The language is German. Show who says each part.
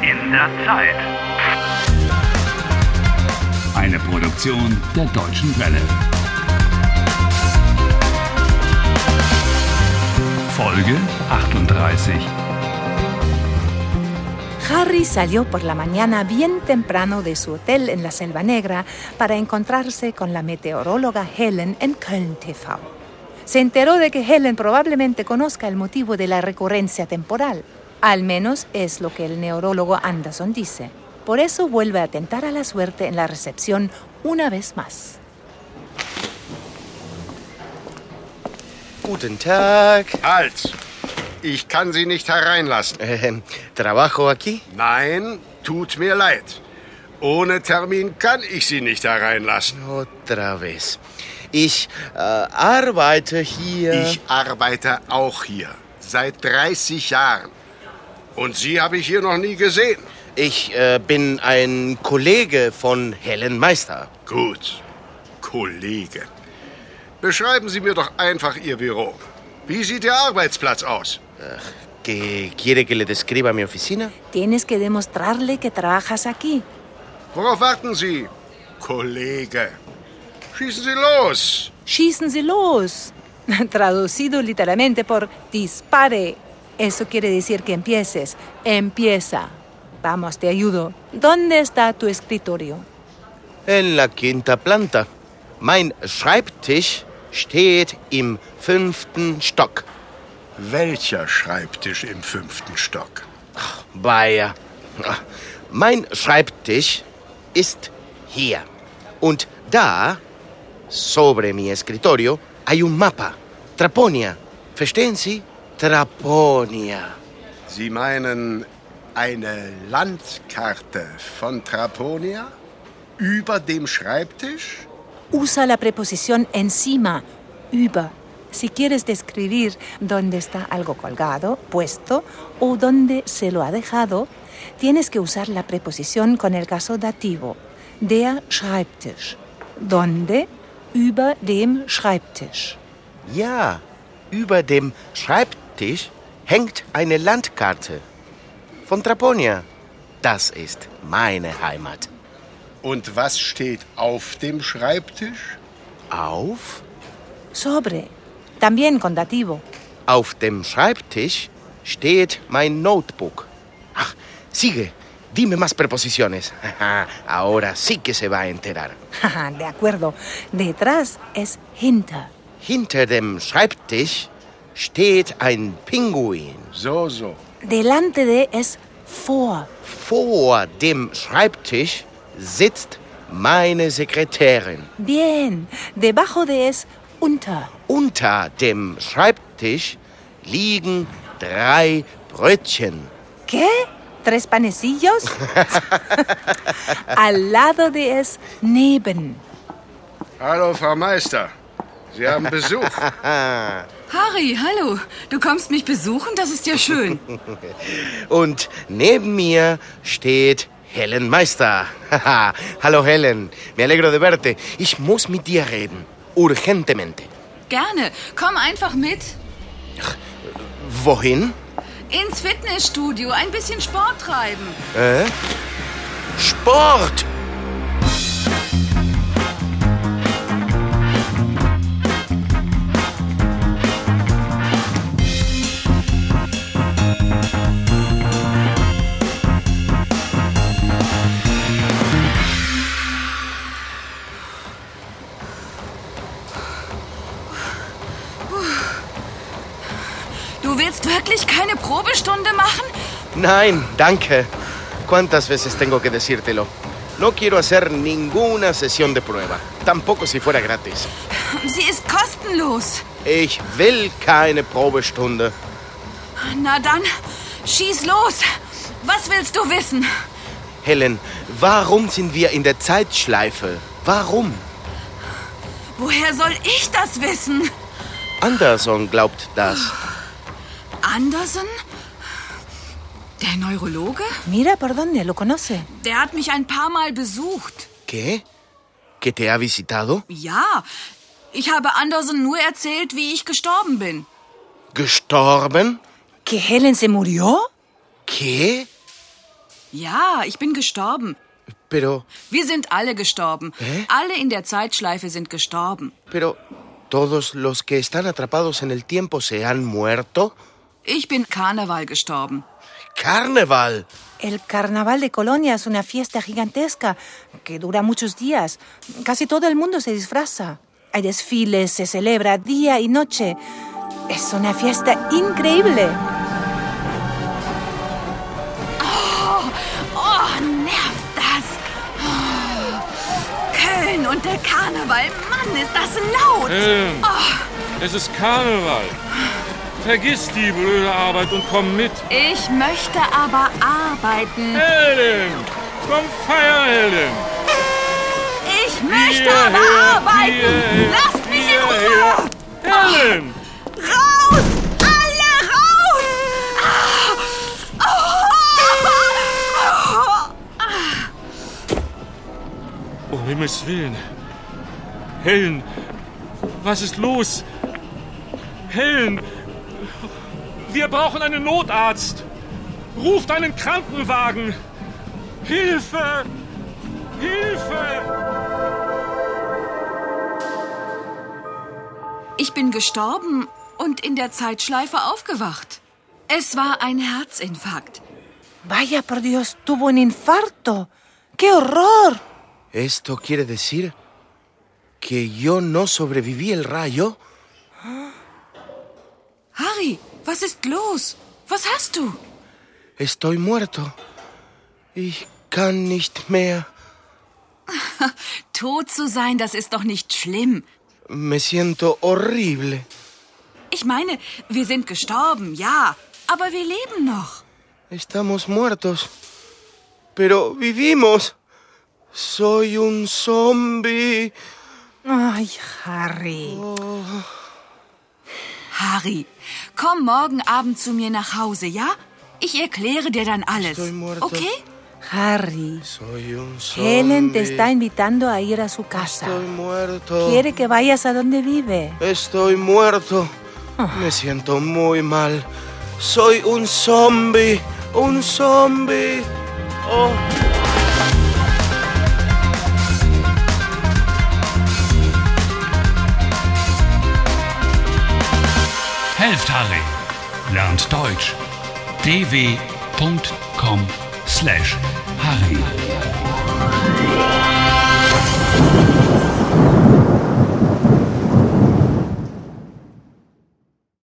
Speaker 1: dieser Zeit.
Speaker 2: Eine Produktion der Deutschen Welle. Folge 38.
Speaker 3: Harry salió por la mañana bien temprano de su hotel en la Selva Negra para encontrarse con la meteoróloga Helen en Köln TV. Se enteró de que Helen probablemente conozca el motivo de la recurrencia temporal. Al menos es lo que el neurólogo Anderson dice. Por eso vuelve a tentar a la suerte en la recepción una vez más.
Speaker 4: Guten Tag.
Speaker 5: Halt! Ich kann Sie nicht hereinlassen.
Speaker 4: Ähm, ¿Trabajo aquí?
Speaker 5: Nein, tut mir leid. Ohne Termin kann ich Sie nicht hereinlassen.
Speaker 4: Otra vez. Ich äh, arbeite hier.
Speaker 5: Ich arbeite auch hier. Seit 30 Jahren. Und Sie habe ich hier noch nie gesehen.
Speaker 4: Ich äh, bin ein Kollege von Helen Meister.
Speaker 5: Gut, Kollege. Beschreiben Sie mir doch einfach Ihr Büro. Wie sieht Ihr Arbeitsplatz aus?
Speaker 4: Que ¿Quiere que le describa mi oficina?
Speaker 3: Tienes que demostrarle que trabajas aquí.
Speaker 5: Worauf warten Sie? Kollege. Schießen Sie los.
Speaker 3: Schießen Sie los. Traducido literalmente por dispare. Eso quiere decir que empieces. Empieza. Vamos, te ayudo. ¿Dónde está tu escritorio?
Speaker 4: En la quinta planta. Mein Schreibtisch steht im fünften Stock.
Speaker 5: Welcher Schreibtisch im fünften Stock?
Speaker 4: Bayer. äh, Mein Schreibtisch ist hier. Und da, sobre mi escritorio, hay un mapa. Traponia. Verstehen Sie? Traponia.
Speaker 5: Sie meinen eine Landkarte von Traponia über dem Schreibtisch?
Speaker 3: Usa la preposición encima, über. Si quieres describir dónde está algo colgado, puesto o dónde se lo ha dejado, tienes que usar la preposición con el caso dativo, der Schreibtisch. Donde, über dem Schreibtisch.
Speaker 4: Ja, über dem Schreibtisch hängt eine Landkarte. Von Traponia. Das ist meine Heimat.
Speaker 5: Und was steht auf dem Schreibtisch?
Speaker 4: Auf?
Speaker 3: Sobre, también con dativo.
Speaker 4: Auf dem Schreibtisch steht mein Notebook. Ach, sigue. Dime más preposiciones. Ajá, Ahora sí que se va a enterar.
Speaker 3: Ajá, de acuerdo. Detrás es hinter.
Speaker 4: Hinter dem Schreibtisch steht ein Pinguin.
Speaker 5: So, so.
Speaker 3: Delante de es vor.
Speaker 4: Vor dem Schreibtisch sitzt meine Sekretärin.
Speaker 3: Bien. Debajo de es unter.
Speaker 4: Unter dem Schreibtisch liegen drei Brötchen.
Speaker 3: ¿Qué? ¿Tres panecillos? Al lado de es neben.
Speaker 5: Hallo, Frau Meister. Sie haben Besuch.
Speaker 6: Harry, hallo. Du kommst mich besuchen, das ist ja schön.
Speaker 4: Und neben mir steht Helen Meister. Haha. Hallo Helen, me alegro de verte. Ich muss mit dir reden. Urgentemente.
Speaker 6: Gerne. Komm einfach mit.
Speaker 4: Wohin?
Speaker 6: Ins Fitnessstudio, ein bisschen Sport treiben.
Speaker 4: Sport!
Speaker 6: Du willst wirklich keine Probestunde machen?
Speaker 4: Nein, danke. ¿Cuántas veces tengo que decírtelo? No quiero hacer ninguna sesión de prueba, tampoco si fuera gratis.
Speaker 6: Sie ist kostenlos.
Speaker 4: Ich will keine Probestunde.
Speaker 6: Na dann, schieß los. Was willst du wissen?
Speaker 4: Helen, warum sind wir in der Zeitschleife? Warum?
Speaker 6: Woher soll ich das wissen?
Speaker 4: Anderson glaubt das.
Speaker 6: Andersen? Der Neurologe?
Speaker 3: Mira por dónde lo conoce.
Speaker 6: Der hat mich ein paar Mal besucht.
Speaker 4: ¿Qué? ¿Que te ha visitado?
Speaker 6: Ja, ich habe Andersen nur erzählt, wie ich gestorben bin.
Speaker 4: ¿Gestorben?
Speaker 3: ¿Que Helen se murió?
Speaker 4: ¿Qué?
Speaker 6: Ja, ich bin gestorben.
Speaker 4: Pero,
Speaker 6: Wir sind alle gestorben. Alle in der Zeitschleife sind gestorben.
Speaker 4: pero, ¿todos los que están atrapados en el tiempo se han muerto?
Speaker 6: Ich bin Karneval gestorben.
Speaker 4: ¡Carnaval!
Speaker 3: El carnaval de Colonia es una fiesta gigantesca que dura muchos días. Casi todo el mundo se disfraza. Hay desfiles, se celebra día y noche. Es una fiesta increíble.
Speaker 6: Oh, nervt das. Oh, Köln und der Karneval. Mann, ist das laut. Oh,
Speaker 1: Es ist Karneval. Vergiss die blöde Arbeit und komm mit.
Speaker 6: Ich möchte aber arbeiten.
Speaker 1: Helen! Komm, feier, Helen!
Speaker 6: Ich möchte
Speaker 1: Hierher,
Speaker 6: aber arbeiten.
Speaker 1: hierher,
Speaker 6: Lasst mich in
Speaker 1: hierher.
Speaker 6: Ruhe.
Speaker 1: Helen!
Speaker 6: Raus! Alle raus! Ah! Oh!
Speaker 1: Um Himmels Willen. Helen, was ist los? Helen, wir brauchen einen Notarzt. Ruft einen Krankenwagen. Hilfe! Hilfe!
Speaker 6: Ich bin gestorben und in der Zeitschleife aufgewacht. Es war ein Herzinfarkt.
Speaker 3: Vaya por Dios, tuvo un infarto. ¡Qué horror!
Speaker 4: ¿Esto quiere decir que yo no sobreviví el rayo?
Speaker 6: Harry, was ist los? Was hast du?
Speaker 4: Estoy muerto. Ich kann nicht mehr.
Speaker 6: Tot zu sein, das ist doch nicht schlimm.
Speaker 4: Me siento horrible.
Speaker 6: Ich meine, wir sind gestorben, ja, aber wir leben noch.
Speaker 4: Estamos muertos. Pero vivimos. Soy un zombie.
Speaker 3: Ay, Harry.
Speaker 6: Harry, komm morgen Abend zu mir nach Hause, ja? Ich erkläre dir dann alles.
Speaker 4: Estoy muerto.
Speaker 6: Okay?
Speaker 3: Harry.
Speaker 4: Soy un zombie.
Speaker 3: Helen te está invitando a ir a su casa.
Speaker 4: Estoy muerto.
Speaker 3: Quiere que vayas a donde vive.
Speaker 4: Estoy muerto. Me siento muy mal. Soy un zombie. Un zombie. Oh.
Speaker 2: Helft Harry. Lernt Deutsch. dw.com/harry.